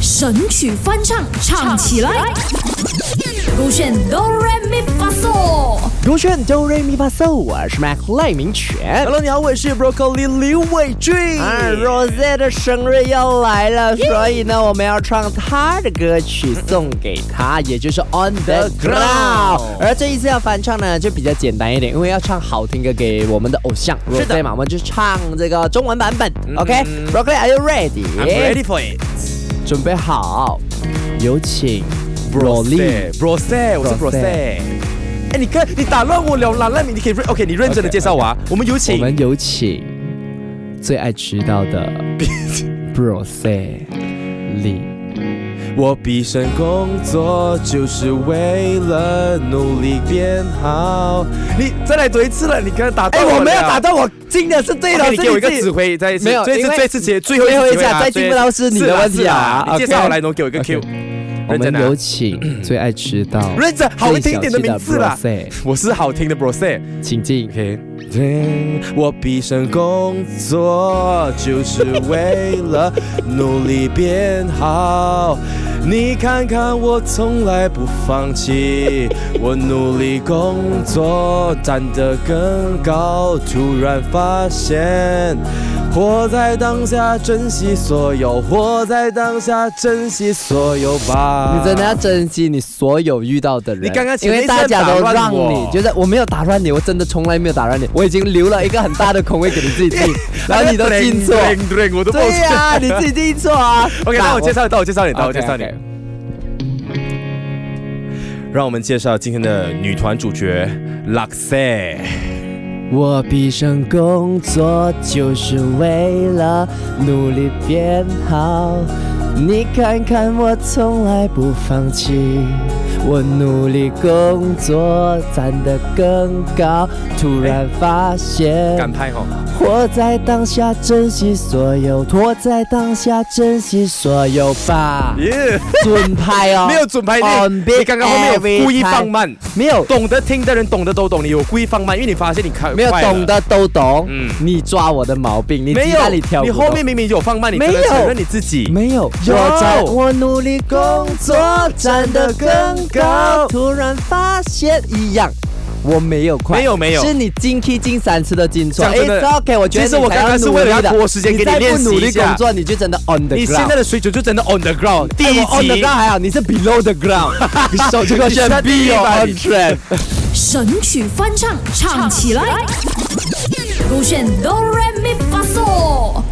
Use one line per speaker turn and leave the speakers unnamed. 神曲翻唱，唱起来。勾选哆来咪发嗦，
如炫 Do Re Mi Fa So，我是 Mac 赖明全。
Hello，你好，我是 Broccoli 刘伟俊。
啊，Rose 的生日要来了，所以呢，我们要唱她的歌曲送给她，也就是 On the Ground
Ground。
而这一次要翻唱呢，就比较简单一点，因为要唱好听歌给我们的偶像
是
Rose
的
嘛，我们就唱这个中文版本。
嗯
OK，Broccoli，Are you
I'm
ready？
ready for it。
准备好，有请 Broccoli。
Brose，我是
Brose
Brose。哎，你看，你打乱我了啦！那你你可以 OK，你认真的介绍我啊。我们有
我
请
们有请最爱迟到的 Brose 李。
我毕生工作就是为了努力变好。你再来读一次了，你刚才打断
哎，我
了
没有打断，我进的是对的，
OK，你
是
给我一个
自己
指挥，再一次，
没有
这一次
因为
这一次节最后
最后一
次机会
下
啊
再
最
进不到是你的
啦
问题
是啦
啊
你介
OK
绍来，侬给我一个 Q。
我
认真
们
啊、
有请最爱迟到
认真，好听一点的名字啦
最小气的 Brose，
我是好听的 Brose。
请进。
OK，嗯我毕生工作就是为了努力变好。你看看我从来不放弃，我努力工作，站得更高。突然发现，活在当下，珍惜所有；活在当下，珍惜所有吧。
你真的要珍惜你所有遇到的人，
你刚刚
因
前面
为大家都让
是在打乱
你
我
觉得我没有打乱你，我真的从来没有打乱你，我已经留了一个很大的空位给你自己进，然
哎
后你都进错，
对对，我都不
对呀、你自己进错啊。
OK，
那
那我介绍你，到我介绍你，到我介绍你
OK，OK。
让我们介绍今天的女团主角 Luxe。
我毕生工作就是为了努力变好。你看看我从来不放弃，我努力工作站得更高。突然发现
敢，拍哦！
活在当下，珍惜所有；活在当下，珍惜所有吧。
耶，
准拍哦，
没有准拍
On
你，你刚刚后面有故意
beat every time
放慢，
没有
懂得听的人懂得都懂，你有故意放慢，因为你发现你看
没有
快了
懂的都懂。
嗯
你抓我的毛病，你
没
鸡蛋里
有，
挑
你
骨头
后面明明有放慢，你真
没
的
有
承认你自己。
没有，
有
我在我努力工作，站得更高，突然发现一样。我没有快，
没有没有
是你进 K 进三次都进错。
讲真的
It's OK，我觉得
其实我
你才
刚刚是为了
努力的
要拖时间给你
再
练习
不努力
一下
工作，你就真的 on the ground。
你现在的水准就真的 on the ground，第
哎
一
我 on the
集
ground 还好，你是 below the ground，你手这个
你
选
现在
B
第一
有
吧
on
你
trend。
神曲翻唱，唱起来。勾选哆来咪发嗦。